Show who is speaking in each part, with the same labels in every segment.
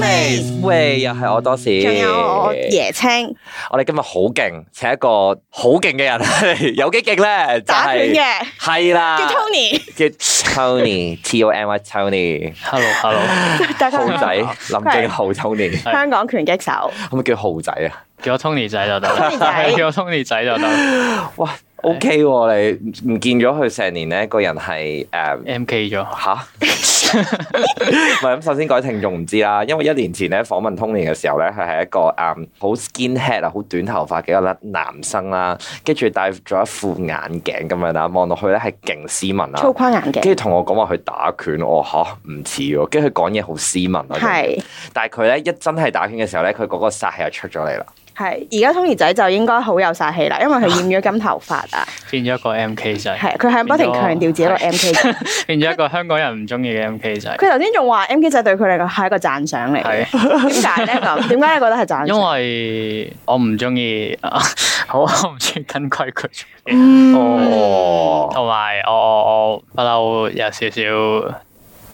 Speaker 1: 味
Speaker 2: 喂，又係我多士，
Speaker 1: 仲有我椰青
Speaker 2: 我哋今日好勁，請一個好勁嘅人 嚟，有幾勁咧？就
Speaker 1: 打拳
Speaker 2: 係啊
Speaker 1: 嘅，
Speaker 2: 係啦，
Speaker 1: 叫 Tony，
Speaker 2: 叫 Tony，T O N Y Tony，
Speaker 3: Hello Hello，
Speaker 1: 大家
Speaker 2: 豪
Speaker 1: 好
Speaker 2: 仔，林敬豪 Tony，
Speaker 3: 係
Speaker 1: 香港拳擊手，
Speaker 2: 可唔可以叫豪仔啊？
Speaker 3: 叫我 Tony 仔就得啦
Speaker 1: Tony 仔，
Speaker 3: 叫我 Tony 仔就得啦
Speaker 2: 哇，OK 喎，你唔見咗佢成年咧，個人係誒。
Speaker 3: ，MK 咗，
Speaker 2: 吓，唔係咁。首先各位聽眾唔知啦，因為一年前咧訪問通年嘅時候咧，佢係一個誒好 skin head 啊，好短頭髮嘅一粒男生啦，跟住戴咗一副眼鏡咁樣啦，望落去咧係勁斯文
Speaker 1: 粗
Speaker 2: 啦。
Speaker 1: 框眼
Speaker 2: 啊跟住
Speaker 1: 鏡，
Speaker 2: 同我講話佢打拳，我話吓唔似喎，跟住佢講嘢好斯文啊，
Speaker 1: 係
Speaker 2: 但係佢咧一真係打拳嘅時候咧，佢嗰個殺氣又出咗嚟啦。
Speaker 1: 係。而家 Tony 仔就應該好有殺氣啦，因為佢染咗金頭髮 啊，
Speaker 3: 變咗一個 MK 仔，
Speaker 1: 係佢係不停強調自己個 M K 仔。
Speaker 3: 變咗一個香港人唔中意嘅 MK 仔，
Speaker 1: 佢頭先仲話 M K 仔對佢嚟講係一個讚賞嚟嘅，
Speaker 3: 係
Speaker 1: 點解咧咁？點解你覺得係讚賞？
Speaker 3: 因為我唔中意，啊 好我唔中意跟規矩做嘢，
Speaker 1: 嗯
Speaker 2: 哦，
Speaker 3: 同埋我我我不嬲有少少。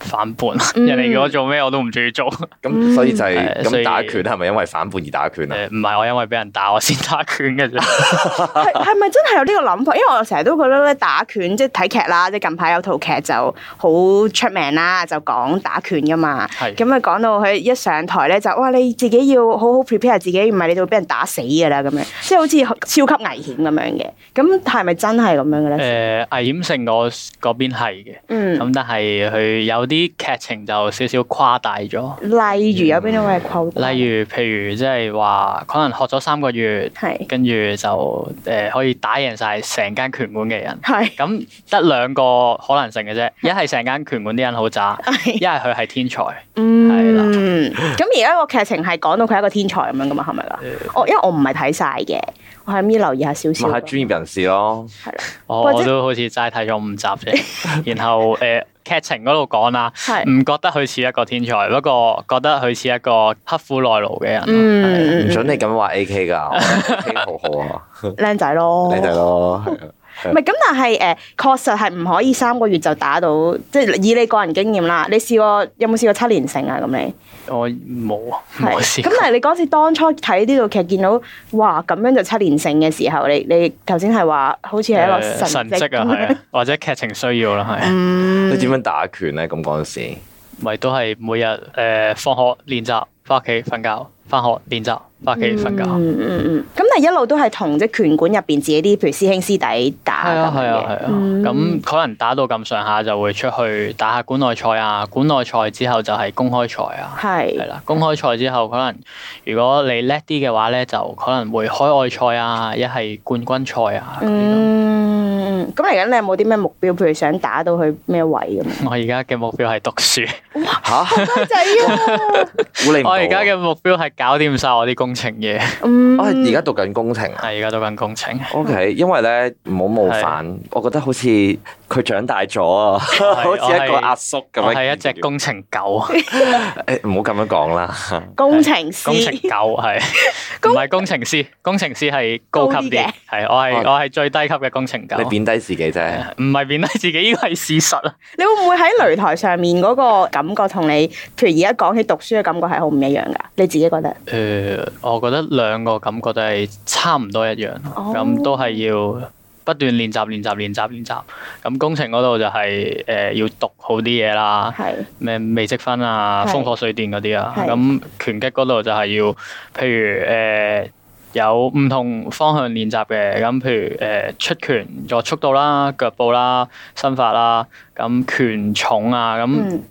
Speaker 3: 反叛，
Speaker 1: 嗯
Speaker 3: 人哋叫我做咩我都唔中意做。誒、
Speaker 2: 咁所以就係
Speaker 3: 嗯係所
Speaker 2: 咁
Speaker 3: 以
Speaker 2: 打拳係咪因為反叛而打拳啊？
Speaker 3: 唔係我因為俾人打我先打 拳嘅啫。
Speaker 1: 係係咪真係有呢個諗法？因為我成日都覺得咧打拳即係睇劇啦，即係近排有套劇就好出名啦，就講打拳噶嘛。
Speaker 3: 係
Speaker 1: 咁啊講到佢一上台咧就哇你自己要好好 prepare 自己，唔係你就會俾人打死㗎啦咁樣，即係好似超級危險咁樣嘅。咁係咪真係咁樣嘅
Speaker 3: 誒、
Speaker 1: 咧？
Speaker 3: 危險性我嗰邊係嘅，
Speaker 1: 嗯，
Speaker 3: 咁但係佢有啲劇情就少少誇大咗，
Speaker 1: 例如有邊啲位擴？
Speaker 3: 例如譬如即係話可能學咗三個月，
Speaker 1: 係
Speaker 3: 跟住就誒、呃可以打贏晒成間拳館嘅人，
Speaker 1: 係
Speaker 3: 咁得兩個可能性 嘅啫，一係成間拳館啲人好渣，
Speaker 1: 係
Speaker 3: 一係佢係天才，係啦
Speaker 1: 嗯，咁而家個劇情係講到佢係一個天才咁樣噶嘛，係咪噶？我因為我唔係睇晒嘅，我係咪留意下少
Speaker 2: 咪
Speaker 1: 少
Speaker 2: 係
Speaker 1: 㗎？
Speaker 2: 專業人士咯。
Speaker 3: 我
Speaker 1: 或者
Speaker 3: 我都好似齋睇咗五集 啫，然後誒、呃、劇情嗰度講啦，
Speaker 1: 係
Speaker 3: 唔覺得佢似一個天才，不過覺得佢似一個刻苦耐勞嘅人咯。係啊
Speaker 1: 嗯，
Speaker 2: 唔
Speaker 1: 嗯
Speaker 2: 准你咁話 A K 噶，A K 好好 啊，
Speaker 1: 嗯靚仔咯，
Speaker 3: 哦
Speaker 2: 你哋咯，係啊
Speaker 1: 唔係咁，但係誒、呃，確實係唔可以三個月就打到，即係以你個人經驗啦。你試過有冇試過七連勝啊？咁你
Speaker 3: 我冇啊，
Speaker 1: 係
Speaker 3: 冇試過
Speaker 1: 咁，但係你嗰時當初睇呢套劇見到，哇咁樣就七連勝嘅時候，你你頭先係話好似係一個
Speaker 3: 誒
Speaker 1: 神
Speaker 3: 神
Speaker 1: 跡
Speaker 3: 蹟
Speaker 1: 咁
Speaker 3: 啊，
Speaker 1: 樣
Speaker 3: 係啊，或者劇情需要啦，係，
Speaker 2: 你點樣打拳咧？咁嗰陣 時，
Speaker 3: 咪都係每日誒放學練習，翻屋企瞓覺，翻學練習，翻屋企瞓覺，
Speaker 1: 嗯嗯嗯，咁但係一路都係同即係拳館入邊自己啲，譬如師兄師弟打
Speaker 3: 係
Speaker 1: 咁
Speaker 3: 啊係
Speaker 1: 樣
Speaker 3: 啊
Speaker 1: 嘅嗯
Speaker 3: 係啊，咁可能打到咁上下就會出去打下館內賽啊，館內賽之後就係公開賽啊。係
Speaker 1: 係嗯
Speaker 3: 啦，公開賽之後，可能如果你叻啲嘅話咧，就可能會海外賽啊，一係冠軍賽啊嗰啲咯。
Speaker 1: 嗯，咁嚟緊你有冇啲咩目標？譬如想打到去咩位咁？
Speaker 3: 我而家嘅目標係讀書，
Speaker 2: 吓
Speaker 1: 靚仔啊！
Speaker 2: 估你唔到
Speaker 3: 我
Speaker 2: 啊。
Speaker 3: 而家嘅目標係搞掂晒我啲工程嘢，
Speaker 1: 嗯
Speaker 2: 我係而家讀緊工程 啊。
Speaker 3: 係而家做緊工程。
Speaker 2: O K，因為咧唔好冒犯，我覺得好似佢長大咗啊， 好
Speaker 3: 係
Speaker 2: 似一個阿叔咁樣。
Speaker 3: 我係一隻工程狗，
Speaker 2: 誒，唔好咁樣講啦。
Speaker 1: 工程
Speaker 3: 工程
Speaker 1: 師。
Speaker 3: 狗係唔係工程師？工程師係高級
Speaker 1: 高啲
Speaker 3: 啲
Speaker 1: 嘅，
Speaker 3: 係我係
Speaker 2: 哦
Speaker 3: 我係最低級嘅工程狗
Speaker 2: 你，貶低自己 啫。
Speaker 3: 唔係貶低自己，呢個係事實 啊！
Speaker 1: 你會唔會喺擂台上面嗰個感覺同你，譬如而家講起讀書嘅感覺係好唔一樣㗎？你自己覺
Speaker 3: 啊
Speaker 1: 得？
Speaker 3: 誒，我覺得兩個感覺都係差唔多一樣，
Speaker 1: 哦
Speaker 3: 咁都係要。不斷練習、練習、練習、練習。咁工程嗰度就係誒要讀好啲嘢啦，
Speaker 1: 係
Speaker 3: 咩微積分啊、
Speaker 1: 係
Speaker 3: 風火水電嗰啲啊。
Speaker 1: 係
Speaker 3: 咁拳擊嗰度就係要，譬如誒、呃有唔同方向練習嘅，咁譬如誒、呃出拳個速度啦、腳步啦、身法啦，咁拳重啊，咁
Speaker 1: 嗯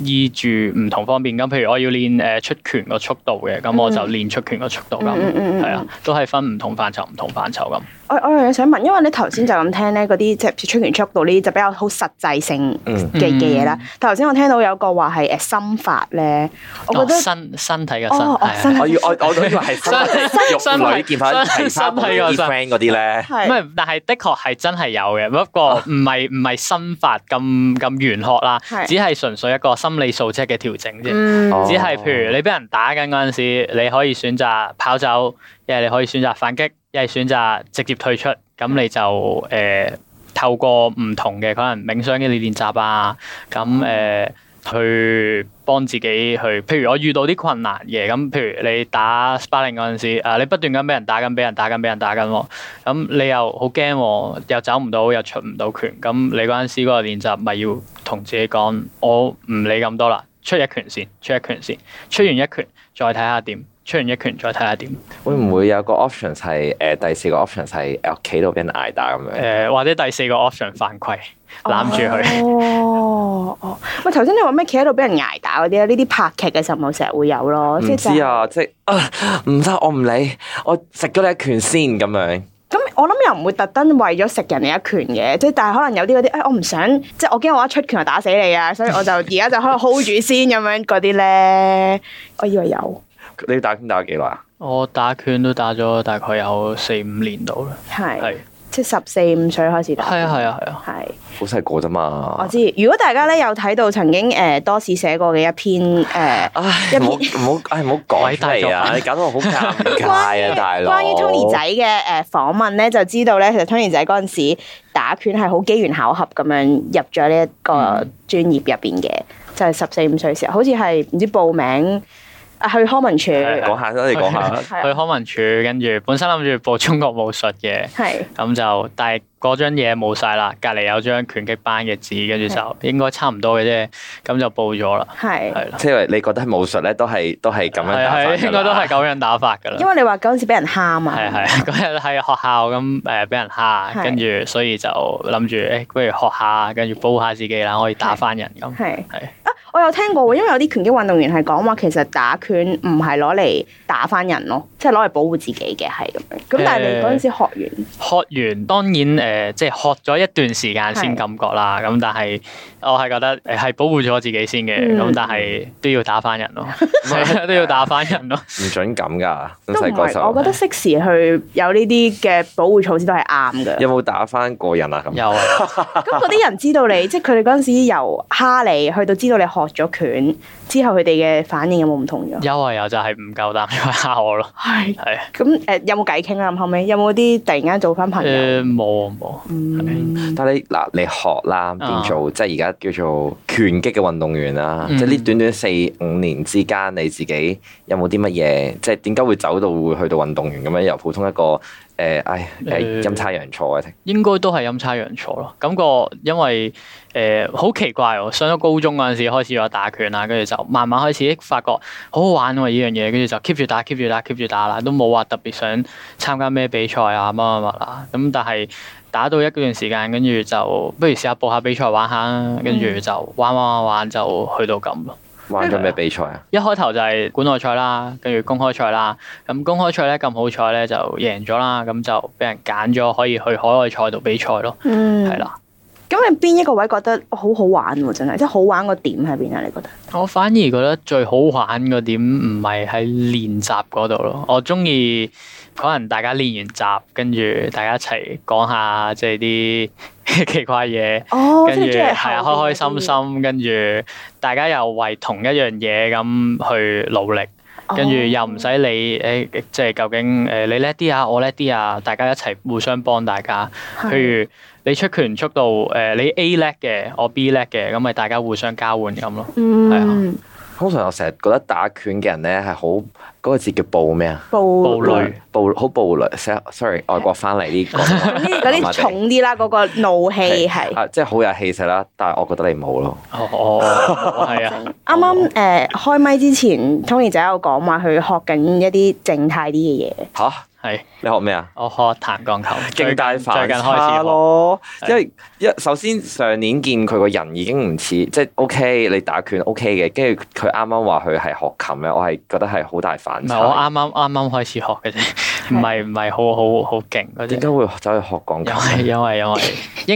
Speaker 3: 依住唔同方面。咁譬如我要練誒、呃出拳個速度嘅，咁我就練出拳個速度咁，
Speaker 1: 嗯嗯嗯嗯嗯
Speaker 3: 係啊，都係分唔同範疇、唔同範疇咁。
Speaker 1: 我我有嘢想問，因為你頭先就咁聽咧，嗰啲即係出拳速度呢啲就比較好實際性
Speaker 2: 嗯
Speaker 1: 嘅嘅嘢啦。但頭先我聽到有個話係誒心法咧，我覺
Speaker 3: 哦
Speaker 1: 得
Speaker 3: 身身體嘅身，
Speaker 1: 哦哦
Speaker 3: 係啊
Speaker 1: 身
Speaker 3: 係
Speaker 2: 我要我我都以為係 身
Speaker 3: 身
Speaker 2: 體肉女見翻其他部隊啲
Speaker 3: 身
Speaker 2: E friend 嗰啲咧，
Speaker 3: 唔
Speaker 1: 係哦
Speaker 3: 係，但係的確係真係有嘅，不過唔係唔係心法咁咁玄學啦，
Speaker 1: 係
Speaker 3: 只係純粹一個心理素質嘅調整啫。
Speaker 1: 嗯
Speaker 2: 哦
Speaker 3: 只係譬如你俾人打緊嗰陣時，你可以選擇跑走，一係你可以選擇反擊，一係選擇直接退出。咁
Speaker 1: 嗯
Speaker 3: 你就誒、
Speaker 1: 哦
Speaker 3: 呃透過唔同嘅可能冥想嘅練習啊，咁誒、呃去幫自己去，譬如我遇到啲困難嘅，咁譬如你打 sparring 嗰陣時，啊你不斷咁俾人打緊，俾人打緊，俾人打緊喎，咁你又好驚喎，又走唔到，又出唔到拳，咁你嗰陣時嗰個練習咪要同自己講，我唔理咁多啦，出一拳先，出一拳先，出完一拳再睇下點，出完一拳再睇下點，誒、
Speaker 2: 會唔會有個 option 係誒第四個 option 係誒企度俾人捱打咁樣？
Speaker 3: 或者第四個 option 犯規，攬住佢。
Speaker 1: 哦哦，喂，頭先你話咩企喺度俾人挨打嗰啲咧？呢啲拍劇嘅時候咪成日會有咯，
Speaker 2: 唔
Speaker 1: 即係
Speaker 2: 知啊，即係啊唔得，我唔理，我食咗你一拳先咁樣。
Speaker 1: 咁我諗又唔會特登為咗食人哋一拳嘅，即係但係可能有啲嗰啲，誒、我唔想，即係我驚我一出拳就打死你啊，所以我 就而家就可能 hold 住先咁樣嗰啲咧。我以為有，
Speaker 2: 你打拳打咗幾耐啊？
Speaker 3: 我打拳都打咗大概有四五年到啦，
Speaker 1: 係
Speaker 3: 係
Speaker 1: 即係十四五歲開始打。
Speaker 3: 係啊係啊係啊，
Speaker 1: 係
Speaker 2: 好細個啫嘛
Speaker 1: 我。知。如果大家咧有睇到曾經誒、呃多士寫過嘅一篇呃誒。
Speaker 2: 唉，唔好唔好，唉唔好講
Speaker 3: 偉
Speaker 2: 出
Speaker 3: 大
Speaker 2: 嚟啊！
Speaker 3: 作品
Speaker 2: 你搞到我好尷尬啊，大佬。
Speaker 1: 關於 Tony 仔嘅誒、訪問咧，就知道咧，其實 Tony 仔嗰陣時打拳係好機緣巧合咁樣入咗呢一個專業入邊嘅，就係十四五歲時候，好似係唔知報名啊去康文署，
Speaker 3: 係
Speaker 1: 係
Speaker 2: 講下啦，你講下啦。
Speaker 1: 啊
Speaker 3: 去康文署，跟住本身諗住報中國武術嘅，咁就但係嗰張嘢冇晒啦，隔離有張拳擊班嘅紙，跟住就應該差唔多嘅啫，咁就報咗啦，
Speaker 1: 係，
Speaker 3: 係啦，
Speaker 2: 即係你覺得武術咧，都係都係咁樣打法㗎啦
Speaker 3: 係應該都係咁樣打法㗎
Speaker 1: 因
Speaker 3: 啦。
Speaker 1: 為你話嗰陣時俾人啊蝦嘛，
Speaker 3: 係係，嗰日喺學校咁誒俾人
Speaker 1: 係
Speaker 3: 蝦，跟住所以就諗住誒，不如學下，跟住煲下自己啦，可以打翻人咁。
Speaker 1: 係
Speaker 3: 係
Speaker 1: 啊！我有聽過喎，因為有啲拳擊運動員係講話，其實打拳唔係攞嚟打翻人咯，即係攞嚟保護自己嘅，係咁樣。咁但係你嗰陣時學完，
Speaker 3: 學完當然誒、呃即係學咗一段時間先感覺啦。咁但係我係覺得誒係保護咗自己先嘅，
Speaker 1: 嗯
Speaker 3: 咁、但係都要打翻人 咯，係啊都要打翻人咯。
Speaker 2: 唔準咁㗎，咁
Speaker 1: 都唔
Speaker 2: 細個時
Speaker 1: 係，
Speaker 2: 候
Speaker 1: 我覺得適時去有呢啲嘅保護措施都係啱嘅。
Speaker 2: 有冇打翻過人啊？咁
Speaker 3: 有啊，
Speaker 1: 咁嗰啲人知道 你，即係佢哋嗰陣時由蝦你，去到知道你學咗拳之後，佢哋嘅反應有冇唔同咗？
Speaker 3: 有啊，有就係唔夠膽再蝦我咯。
Speaker 1: 係
Speaker 3: 係
Speaker 1: 咁誒，有冇偈傾啊？咁後尾有冇啲突然間做翻朋友？
Speaker 3: 誒冇啊冇啊，
Speaker 1: 嗯，
Speaker 2: 但係你嗱，你學啦，
Speaker 3: 啊
Speaker 2: 變做即係而家叫做拳擊嘅運動員啦，
Speaker 3: 嗯
Speaker 2: 即係呢短短四五年之間，你自己有冇啲乜嘢？即係點解會走到會去到運動員咁樣？由普通一個誒，呃唉誒
Speaker 3: 誒
Speaker 2: 陰差陽錯啊嘅，
Speaker 3: 應該都係陰差陽錯咯。感覺因為誒好、奇怪喎，上咗高中嗰陣時開始咗打拳啦，跟住就慢慢開始咦發覺好好玩喎呢樣嘢，跟住就 keep 住打 keep 住打 keep 住打啦，都冇話特別想參加咩比賽啊乜乜乜啦。咁但係打到一段時間，跟住就不如試下報下比賽玩下啊，跟住就玩玩玩玩就去到咁咯。
Speaker 2: 玩咗咩比賽啊？
Speaker 3: 一開頭就係館內賽啦，跟住公開賽啦。咁公開賽咧咁好彩咧就贏咗啦，咁就俾人揀咗可以去海外賽度比賽咯，
Speaker 1: 嗯，
Speaker 3: 係。啦。
Speaker 1: 咁你邊一個位覺得好好玩喎？真係，即係好玩個點喺邊啊？你覺得？
Speaker 3: 我反而覺得最好玩個點唔係喺練習嗰度咯，我中意可能大家練完習，跟住大家一齊講下即係啲 奇怪嘢，
Speaker 1: 哦，
Speaker 3: 跟
Speaker 1: 即
Speaker 3: 住
Speaker 1: 係中意
Speaker 3: 係
Speaker 1: 後
Speaker 3: 啊開開心心，跟住大家又為同一樣嘢咁去努力，
Speaker 1: 邊，
Speaker 3: 跟住又唔使理誒，即係究竟誒你叻啲啊，我叻啲啊，大家一齊互相幫大家。譬如你出拳速度誒、你 A 叻嘅，我 B 叻嘅，咁咪大家互相交換咁咯。係啊
Speaker 1: 嗯，
Speaker 2: 通常我成日覺得打拳嘅人咧係好嗰個字叫暴咩啊？
Speaker 1: 暴
Speaker 3: 暴類
Speaker 2: 暴好暴戾成日，sorry，外國翻嚟 呢個
Speaker 1: 嗰啲嗰
Speaker 2: 麻麻
Speaker 1: 啲
Speaker 2: 地
Speaker 1: 重啲啦，嗰個怒氣係。
Speaker 2: 啊，即係好有氣勢啦，但係我覺得你冇咯。
Speaker 3: 哦哦哦，係啊，
Speaker 1: 啱啱誒開麥之前，Tony 仔有講話佢學緊一啲靜態啲嘅嘢。
Speaker 2: 吓，
Speaker 3: 係
Speaker 2: 你學咩啊？
Speaker 3: 我學彈鋼琴，
Speaker 2: 勁大
Speaker 3: 最
Speaker 2: 反
Speaker 3: 近
Speaker 2: 差
Speaker 3: 開
Speaker 2: 咯，
Speaker 3: 開始學
Speaker 2: 因為一首先上年見佢個人已經唔似，即係 OK，你打拳 OK 嘅，跟住佢啱啱話佢係學琴咧，我係覺得係好大反
Speaker 3: 始學，唔
Speaker 2: 差。
Speaker 3: 係我啱啱啱啱開始學嘅啫，唔係唔係好好好勁嗰
Speaker 2: 點
Speaker 3: 啲，
Speaker 2: 解啊會走去學鋼琴？
Speaker 3: 因為因為因為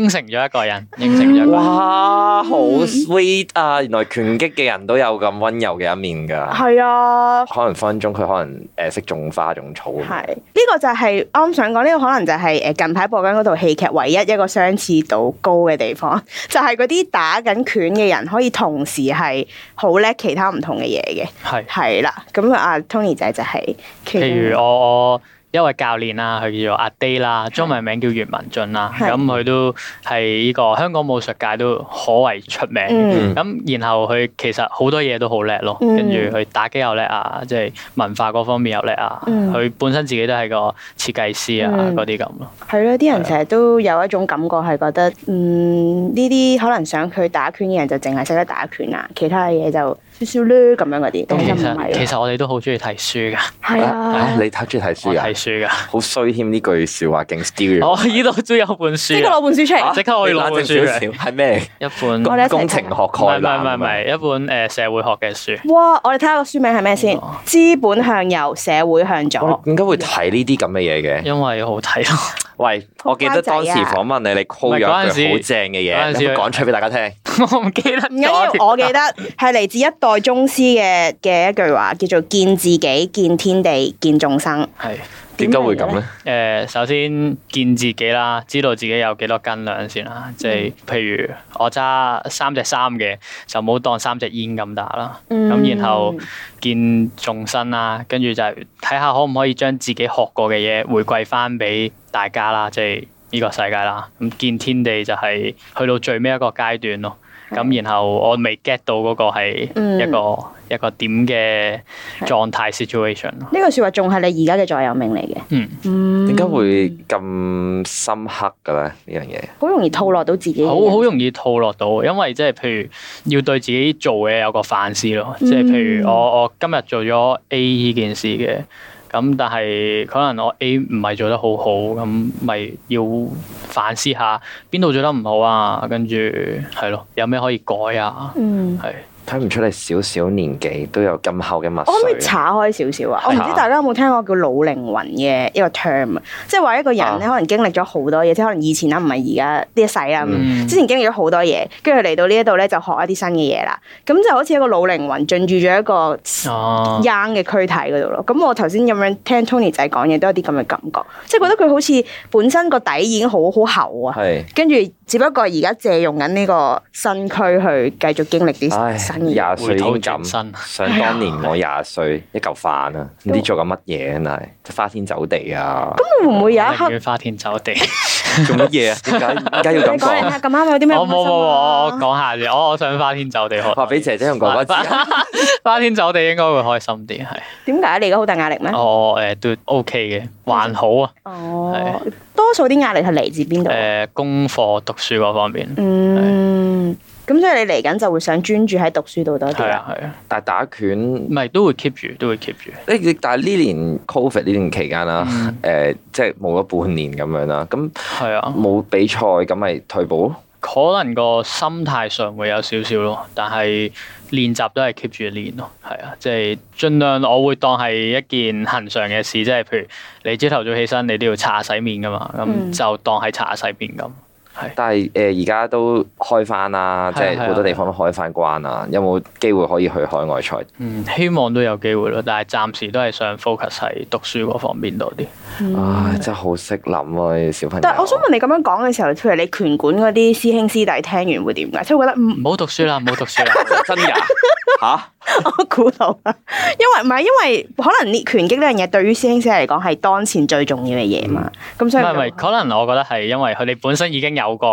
Speaker 3: 應承咗一個人，應承咗一個人，
Speaker 2: 哇，好 sweet 啊！原來拳擊嘅人都有咁温柔嘅一面㗎。
Speaker 1: 係啊，
Speaker 2: 可能分分鐘佢可能誒識種花種草咁樣。啊
Speaker 1: 係呢個就係啱啱想講，呢個可能就係誒近排播緊嗰套戲劇唯一一個相似度高嘅地方， 就係嗰啲打緊拳嘅人可以同時係好叻其他唔同嘅嘢嘅，
Speaker 3: 係，
Speaker 1: 係啦。咁啊，Tony 仔就係其中
Speaker 3: 譬如我我一一位教練啦，佢叫做阿 Day 啦，中文名叫袁文俊啦，
Speaker 1: 係
Speaker 3: 咁佢都係呢個香港武術界都可謂出名嘅。
Speaker 1: 嗯
Speaker 2: 嗯
Speaker 3: 咁然後佢其實好多嘢都好叻咯，
Speaker 1: 嗯
Speaker 3: 跟住佢打機又叻啊，即係文化嗰方面又叻啊，
Speaker 1: 嗯
Speaker 3: 佢本身自己都係個設計師啊
Speaker 1: 嗯
Speaker 3: 嗰啲咁咯。
Speaker 1: 係咯，啲人成日都有一種感覺係覺得，嗯，呢啲可能想佢打拳嘅人就淨係識得打拳啊，其他嘢就少少咧咁樣嗰啲，但
Speaker 3: 咁
Speaker 1: 係
Speaker 3: 其
Speaker 1: 就唔
Speaker 3: 實
Speaker 1: 係
Speaker 3: 其
Speaker 1: 咯。
Speaker 3: 實我哋都好中意睇書㗎，
Speaker 1: 係啊
Speaker 2: 啊，你睇住睇
Speaker 3: 我
Speaker 2: 書
Speaker 3: 睇
Speaker 2: 㗎，
Speaker 3: 書㗎。
Speaker 2: 好衰添呢句説話，勁 stereotype
Speaker 3: 我依度都有本
Speaker 1: 即
Speaker 3: 書
Speaker 1: 係
Speaker 3: 㗎，
Speaker 1: 攞本書出嚟，
Speaker 3: 即刻可以攞本書
Speaker 2: 你冷靜
Speaker 3: 嘅
Speaker 2: 少少係咩？
Speaker 3: 一本，
Speaker 1: 我
Speaker 3: 唔
Speaker 1: 哋一齊
Speaker 2: 工程學
Speaker 3: 係
Speaker 2: 概
Speaker 3: 唔係
Speaker 2: 覽啊
Speaker 3: 唔係唔係一本誒呃社會學嘅書。
Speaker 1: 哇！我哋睇下個書名係咩先
Speaker 3: 哦？
Speaker 1: 資本向右，社會向左
Speaker 2: 我。點解會睇呢啲咁嘅嘢嘅？
Speaker 3: 因為好睇咯，
Speaker 2: 喂，
Speaker 1: 嗯好
Speaker 2: 我記得當時
Speaker 1: 乖仔啊
Speaker 2: 訪問你，你 call 咗
Speaker 3: 唔係嗰陣時
Speaker 2: 一句好正嘅
Speaker 3: 嗰
Speaker 2: 嘢，
Speaker 3: 陣
Speaker 2: 你
Speaker 3: 時
Speaker 2: 有冇講出俾大家聽。
Speaker 3: 我唔記得咗
Speaker 1: 唔緊要，我記得係嚟自一代宗師嘅嘅一句話，叫做見自己、見天地、見眾生。
Speaker 3: 係
Speaker 2: 點解會咁咧？
Speaker 3: 誒、首先見自己啦，知道自己有幾多斤兩先啦。即
Speaker 1: 嗯
Speaker 3: 係譬如我揸三隻衫嘅，就唔好當三隻煙咁打啦。咁、
Speaker 1: 嗯
Speaker 3: 然後見眾生啦，跟住就係睇下可唔可以將自己學過嘅嘢回饋翻俾大家啦，即係呢個世界啦。咁見天地就係去到最尾一個階段咯。咁然後我未 get 到嗰個係
Speaker 1: 嗯
Speaker 3: 一個、一個點嘅狀態 situation 咯。
Speaker 1: 呢句說話仲係你而家嘅座右銘嚟嘅。
Speaker 3: 嗯。
Speaker 1: 嗯
Speaker 2: 點解會咁深刻嘅咧？呢樣嘢
Speaker 1: 好容易套落到自己嘅
Speaker 3: 好
Speaker 1: 人？
Speaker 3: 好容易套落到，因為即係譬如要對自己做嘅有個反思咯，
Speaker 1: 嗯
Speaker 3: 即係譬如我我今日做咗 A 呢件事嘅，咁但係可能我 A 唔係做得好好，咁咪要反思下邊度做得唔好啊，跟住係咯，有咩可以改啊，
Speaker 1: 嗯，
Speaker 3: 係
Speaker 2: 睇唔出你少少年紀都有咁厚嘅墨
Speaker 1: 我可唔可以
Speaker 2: 水。啊
Speaker 1: 岔開少少啊？我唔
Speaker 2: 係
Speaker 1: 知大家有冇聽過叫老靈魂嘅一個 term 啊，即係話一個人咧，可能經歷咗好多嘢，即係可能以前啦，唔係而家呢一世啦。咁
Speaker 3: 嗯
Speaker 1: 之前經歷咗好多嘢，跟住嚟到呢一度咧，就學一啲新嘅嘢啦。咁就好似一個老靈魂進駐咗一個
Speaker 3: 啊，
Speaker 1: young 嘅軀體嗰度咯。咁我頭先咁樣聽 Tony 仔講嘢，都有啲咁嘅感覺，即係覺得佢好似本身個底已經好好厚啊。
Speaker 2: 係，
Speaker 1: 跟住，只不過而家借用緊呢個新區去繼續經歷啲
Speaker 2: 唉啊
Speaker 1: 新，嘢。
Speaker 2: 廿歲
Speaker 3: 回
Speaker 2: 已
Speaker 3: 頭
Speaker 2: 經
Speaker 3: 轉
Speaker 2: 咁。
Speaker 3: 身，
Speaker 2: 想當年我
Speaker 1: 啊
Speaker 2: 廿歲，一嚿飯啊，唔知做緊乜嘢真係花天酒地啊，
Speaker 1: 會唔會有一刻
Speaker 3: 寧？願花天酒地。
Speaker 2: 做乜嘢啊？點解點解
Speaker 1: 你
Speaker 2: 要咁
Speaker 1: 講嚟聽
Speaker 2: 講？
Speaker 1: 下，咁啱有啲 咩
Speaker 3: 我
Speaker 1: 唔
Speaker 3: 哦冇冇冇，我我
Speaker 1: 開心啊？
Speaker 3: 講下先，我我想花天酒地 可
Speaker 2: 話俾姐姐同哥哥知啊，
Speaker 3: 花天酒地應該會開心啲，係。
Speaker 1: 點解你而家好大壓力咩？
Speaker 3: 我哦誒都 OK 嘅，還好啊。
Speaker 1: 哦，多數啲壓力係嚟自邊度啊？
Speaker 3: 誒功課讀書嗰方面，
Speaker 1: 嗯，咁所以你嚟緊就會想專注喺讀書度多啲
Speaker 3: 係
Speaker 1: 啦
Speaker 3: 啊。係啊，
Speaker 2: 但係打拳
Speaker 3: 唔係都會 keep 住，都會 keep 住。
Speaker 2: 你你但係呢年 Covid 呢段期間啦，誒、
Speaker 3: 嗯
Speaker 2: 即係冇咗半年咁樣啦，咁
Speaker 3: 係啊，
Speaker 2: 冇比賽咁咪退步咯。
Speaker 3: 可能個心態上會有少少咯，但係練習都係 keep 住練咯。係啊，即係盡量我會當係一件恒常嘅事，即係譬如你朝頭早起身，你都要刷洗面噶嘛，
Speaker 1: 嗯
Speaker 3: 咁就當係刷洗面咁。
Speaker 2: 但係誒而家都開翻啦，即
Speaker 3: 係啊
Speaker 2: 係好多地方都開翻關啦，有冇機會可以去海外賽？
Speaker 3: 嗯，希望都有機會咯，但係暫時都係想 focus 喺讀書嗰方面多啲。嗯
Speaker 2: 唉，真係好識諗啊！你小朋友。
Speaker 1: 但係我想問你咁樣講嘅時候，譬如你拳館嗰啲師兄師弟聽完會點㗎？即係會覺得嗯。
Speaker 3: 唔好讀書啦，唔好讀書啦。
Speaker 2: 真 㗎吓？
Speaker 1: 我估到啦，啊 因為唔係因為可能呢拳擊呢樣嘢對於師兄師嚟講係當前最重要嘅嘢嘛，咁、
Speaker 3: 嗯
Speaker 1: 啊
Speaker 3: 唔
Speaker 1: 所以
Speaker 3: 係唔係，可能我覺得係因為佢哋本身已經有個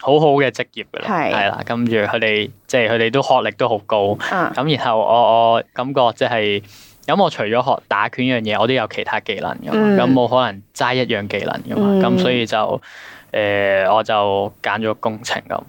Speaker 3: 好好嘅職業㗎啦，
Speaker 1: 係
Speaker 3: 係啦，跟住佢哋即係佢哋都學歷都好高，
Speaker 1: 啊
Speaker 3: 咁然後我我感覺即係咁，我除咗學打拳呢樣嘢，我都有其他技能㗎
Speaker 1: 嗯
Speaker 3: 嘛，咁冇、可能齋一樣技能㗎嘛
Speaker 1: 嗯，
Speaker 3: 咁、所以就誒、呃我就揀咗工程咁，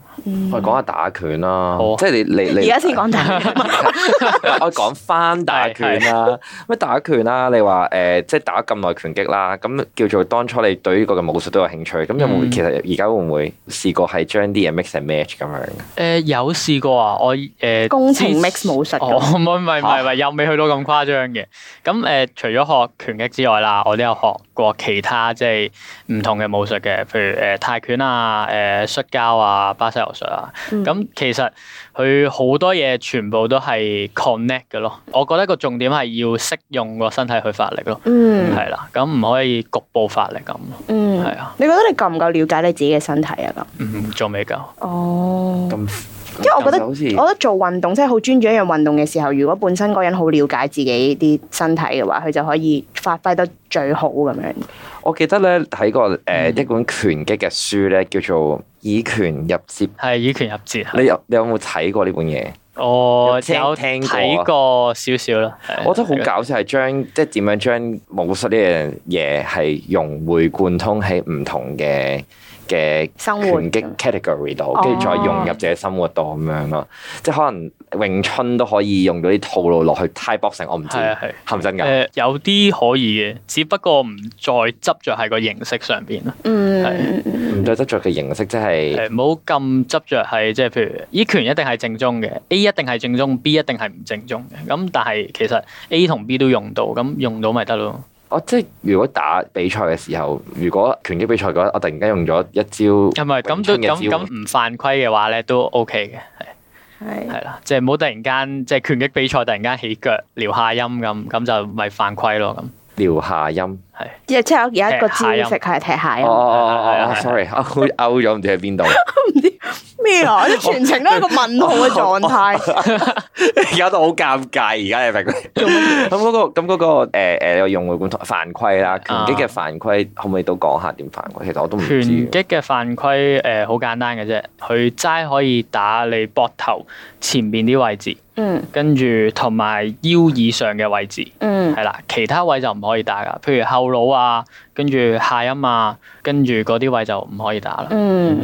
Speaker 2: 我講下打拳啦
Speaker 3: 好啊，
Speaker 2: 即係你你你
Speaker 1: 嗯哦而家先講大 家，
Speaker 2: 我講翻打拳啦，咩打拳啦？你話誒、呃即係打咁耐拳擊啦，咁叫做當初你對呢個嘅武術都有興趣，咁有冇、
Speaker 3: 嗯
Speaker 2: 其實而家會唔會試過係將啲嘢 mix and match 咁樣？
Speaker 3: 誒、呃有試過啊，我誒、呃
Speaker 1: 工程
Speaker 3: 之
Speaker 1: mix 武術
Speaker 3: 哦，
Speaker 1: 咁，
Speaker 3: 唔係唔係唔係唔係，又未去到咁誇張嘅。咁誒、呃除咗學拳擊之外啦，我都有學過其他即係唔同嘅武術嘅，譬如誒、呃泰拳啊、誒、摔跤啊、巴西柔術啊。
Speaker 1: 嗯
Speaker 3: 咁、其實佢好多嘢全部都係 connect 嘅咯。我覺得個重點係要識用個身體去發力咯，
Speaker 1: 嗯
Speaker 3: 係啦、咁唔可以局部發力咁咯，
Speaker 1: 嗯，
Speaker 3: 係啊，
Speaker 1: 你覺得你夠唔夠了解你自己嘅身體啊？咁
Speaker 3: 嗯，仲未夠。
Speaker 1: 哦，
Speaker 2: 咁
Speaker 1: 因為我覺得
Speaker 2: 好似
Speaker 1: 我覺得做運動即係好專注一樣運動嘅時候，如果本身嗰個人好了解自己啲身體嘅話，佢就可以發揮得最好咁樣。
Speaker 2: 我記得咧睇過誒一本拳擊嘅書咧，叫做《以拳入摺》。
Speaker 3: 係以拳入節。
Speaker 2: 你有你有冇睇過呢本嘢？
Speaker 3: 我
Speaker 2: 有聽
Speaker 3: 有
Speaker 2: 聽過啊
Speaker 3: 睇過少少啦，係
Speaker 2: 我覺得好搞笑係將即係點樣將武術呢樣嘢係融會貫通喺唔同嘅嘅
Speaker 1: 生活
Speaker 2: 拳擊 category 度，
Speaker 1: 哦
Speaker 2: 跟住再融入自己生活度咁樣咯。即係可能詠春都可以用到啲套路落去 Thai boxing，我唔知
Speaker 3: 係啊係
Speaker 2: 係咪真
Speaker 3: 誒、
Speaker 2: 㗎？
Speaker 3: 有啲可以嘅，只不過唔再執着喺個形式上邊啦。
Speaker 1: 嗯，
Speaker 2: 唔對得着嘅形式即係
Speaker 3: 誒唔好咁執着係即係譬如 E 拳一定係正宗嘅，A 一定係正宗，B 一定係唔正宗嘅。咁但係其實 A 同 B 都用到，咁用到咪得咯。
Speaker 2: 我哦即係如果打比賽嘅時候，如果拳擊比賽嘅話，我突然間用咗一招
Speaker 3: 係
Speaker 2: 詠
Speaker 3: 咪咁都
Speaker 2: 春嘅
Speaker 3: 咁
Speaker 2: 招
Speaker 3: 咁唔犯規嘅話咧都 OK 嘅。
Speaker 1: 係
Speaker 3: 係啦，即係唔好突然間即係拳擊比賽突然間起腳撩下音咁，咁就咪犯規咯咁。
Speaker 2: 撩下音。
Speaker 1: 即係即係有一個
Speaker 3: 踢下
Speaker 1: 招
Speaker 3: 音
Speaker 1: 式係踢下音，
Speaker 2: 哦哦哦
Speaker 3: 係
Speaker 2: 哦
Speaker 3: 啊係
Speaker 2: 哦
Speaker 3: 啊
Speaker 2: ，sorry，勾 勾咗唔知喺邊度。
Speaker 1: 咩 啊？啲全程都係一個問號嘅狀態。
Speaker 2: 而家都好尷尬，而家你明唔明？咁嗰、個咁嗰、個誒誒有用會管犯規啦，拳
Speaker 3: 啊
Speaker 2: 擊嘅犯規可唔可以都講下點犯規？其實我都唔
Speaker 3: 拳
Speaker 2: 知。
Speaker 3: 擊嘅犯規誒好、簡單嘅啫，佢齋可以打你膊頭前面啲位置，
Speaker 1: 嗯
Speaker 3: 跟住同埋腰以上嘅位置。
Speaker 1: 嗯
Speaker 3: 係啦，其他位就唔可以打噶，譬如後腦啊，跟住下音啊，跟住嗰啲位就唔可以打啦。
Speaker 1: 嗯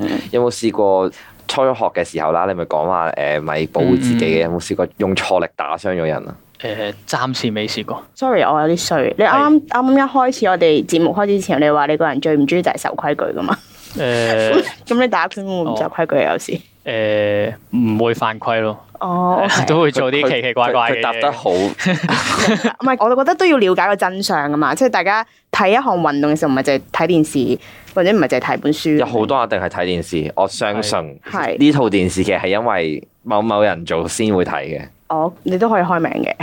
Speaker 2: 嗯，有冇試過初學嘅時候啦？你咪講話誒，咪保護自己嘅？有
Speaker 3: 嗯
Speaker 2: 冇試過用錯力打傷咗人啊？
Speaker 3: 誒、暫時未試過。
Speaker 1: ，sorry，我有啲衰。你啱啱啱啱一開始我哋節目開始前，你話你個人最唔中意就係守規矩噶嘛？
Speaker 3: 誒、
Speaker 1: 咁你打拳會唔會唔守
Speaker 2: 哦
Speaker 1: 規矩啊有時？
Speaker 3: 誒，唔、會犯規咯，
Speaker 1: 哦
Speaker 2: 啊
Speaker 1: ，OK
Speaker 3: 都會 做啲
Speaker 2: 佢
Speaker 3: 奇奇怪怪
Speaker 2: 佢
Speaker 3: 嘅
Speaker 2: 佢答得
Speaker 3: 嘢。
Speaker 2: 好，
Speaker 1: 唔係，我覺得都要了解個真相噶嘛，即係大家睇一項運動嘅時候，唔係淨係睇電視，或者唔係淨係睇本書。
Speaker 2: 有好多人一定係睇電視。我相信
Speaker 1: 係
Speaker 2: 呢套電視劇係因為某某人做先會睇 嘅，
Speaker 1: 哦，你都可以開名嘅。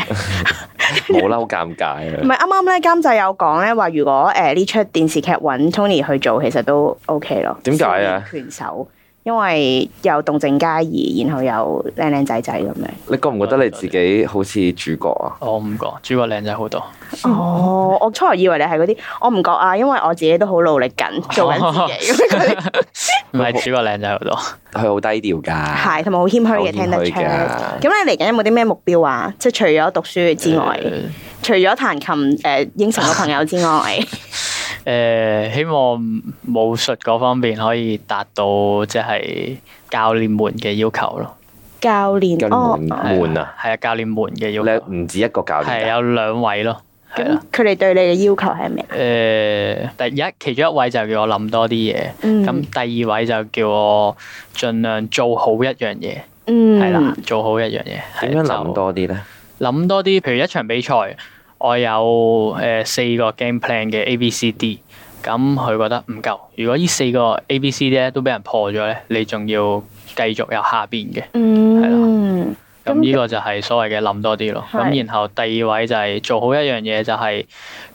Speaker 2: 冇啦，好尷尬
Speaker 1: 唔係
Speaker 2: 啊！
Speaker 1: 啱啱咧，監製有講咧話，如果誒呢出電視劇揾 Tony 去做，其實都 OK 咯。
Speaker 2: 點解啊
Speaker 1: 少年拳手，因為又動靜皆宜，然後又靚靚仔仔咁樣。
Speaker 2: 你覺唔覺得你自己好似主角啊？
Speaker 3: 我唔覺，主角靚仔好多。
Speaker 1: 哦，我初頭以為你係嗰啲，我唔覺啊，因為我自己都好努力緊，做緊自己咁樣嗰啲。
Speaker 3: 唔係主角靚仔好多。
Speaker 2: 佢好低調㗎，
Speaker 1: 係，同埋好謙虛
Speaker 2: 好
Speaker 1: 嘅，
Speaker 2: 謙
Speaker 1: 聽得
Speaker 2: 虛
Speaker 1: 出。
Speaker 2: 㗎
Speaker 1: 咁你嚟緊有冇啲咩目標啊？即係除咗讀書之外，
Speaker 3: 誒
Speaker 1: 除咗彈琴誒、呃應承個朋友之外，
Speaker 3: 誒希望武術嗰方面可以達到即係教練們嘅要求咯。
Speaker 1: 教練
Speaker 2: 教
Speaker 1: 哦
Speaker 2: 練們，
Speaker 1: 哦
Speaker 2: 悶啊！
Speaker 3: 係啊，教練們嘅要求
Speaker 2: 你唔止一個教
Speaker 3: 係
Speaker 2: 練
Speaker 1: 啊
Speaker 2: 㗎，
Speaker 3: 有兩位咯。係啦
Speaker 1: 咁佢哋對你嘅要求係咩？
Speaker 3: 誒、第一其中一位就叫我諗多啲嘢，咁、
Speaker 1: 嗯
Speaker 3: 第二位就叫我盡量做好一樣嘢，
Speaker 1: 嗯，
Speaker 3: 係啦、做好一樣嘢。係
Speaker 2: 點樣諗？多啲咧？
Speaker 3: 就諗多啲，譬如一場比賽，我有誒、呃四個 game plan 嘅 A、B、C、D，咁佢覺得唔夠。如果呢四個 A、B、C、D 咧都俾人破咗咧，你仲要繼續有下邊嘅。
Speaker 1: 嗯，
Speaker 3: 咁
Speaker 1: 咁
Speaker 3: 呢個就係所謂嘅諗多啲咯。
Speaker 1: 係
Speaker 3: 咁然後第二位就係做好一樣嘢，就係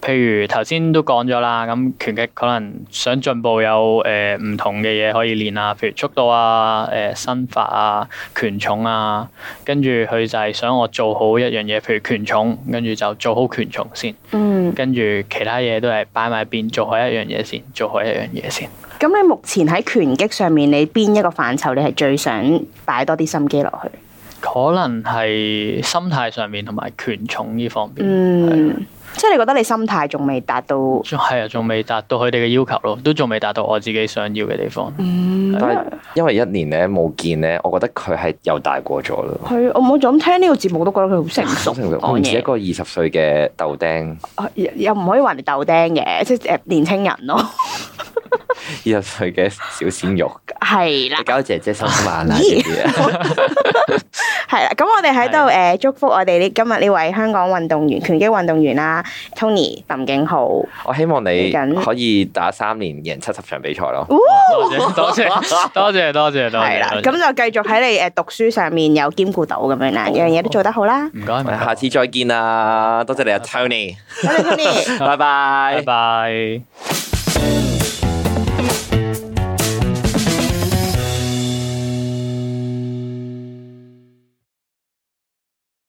Speaker 3: 譬如頭先都講咗啦，咁拳擊可能想進步有誒唔同嘅嘢可以練啊，譬如速度啊、誒身法啊、拳重啊，跟住佢就係想我做好一樣嘢，譬如拳重，跟住就做好拳重先，
Speaker 1: 嗯，
Speaker 3: 跟住其他嘢都係擺埋一邊，做好一樣嘢先，做好一樣嘢先。
Speaker 1: 咁你目前喺拳擊上面，你邊一個範疇你係最想擺多啲心機落去？
Speaker 3: 可能係心態上面同埋拳重呢方面。
Speaker 1: 嗯，即係你覺得你心態仲未達到，
Speaker 3: 仲係啊，仲未達到佢哋嘅要求咯，都仲未達到我自己想要嘅地方。
Speaker 1: 嗯，
Speaker 2: 但係因為一年咧冇見咧，我覺得佢係又大過咗咯。
Speaker 1: 佢我冇咁聽呢個節目，都覺得佢好 成熟
Speaker 2: 我成日我唔
Speaker 1: 講
Speaker 2: 止一
Speaker 1: 嘢，
Speaker 2: 個二十歲嘅豆丁，
Speaker 1: 啊又又唔可以話人哋豆丁嘅，即係誒呃年青人 咯，
Speaker 2: 二十歲嘅小鮮肉，
Speaker 1: 係啦
Speaker 2: 你。搞到姐姐心慢啦，
Speaker 1: 咦
Speaker 2: 姐姐。
Speaker 1: 係啦，咁我哋喺度誒祝福我哋呢今日呢位香港運動員、拳擊運動員啦，Tony 林敬浩。
Speaker 2: 我希望你
Speaker 1: 緊
Speaker 2: 可以打三年贏七十場比賽咯。
Speaker 3: 多謝多謝多謝多謝多
Speaker 1: 係啦，
Speaker 3: 謝，
Speaker 1: 咁就繼續喺你誒呃讀書上面有兼顧到咁樣
Speaker 3: 哦
Speaker 1: 啦，樣嘢都做得好啦。
Speaker 3: 唔該，唔該
Speaker 2: 下次再見啦，多謝你啊，Tony，
Speaker 1: 多謝 Tony。
Speaker 2: 拜拜。
Speaker 3: 拜拜。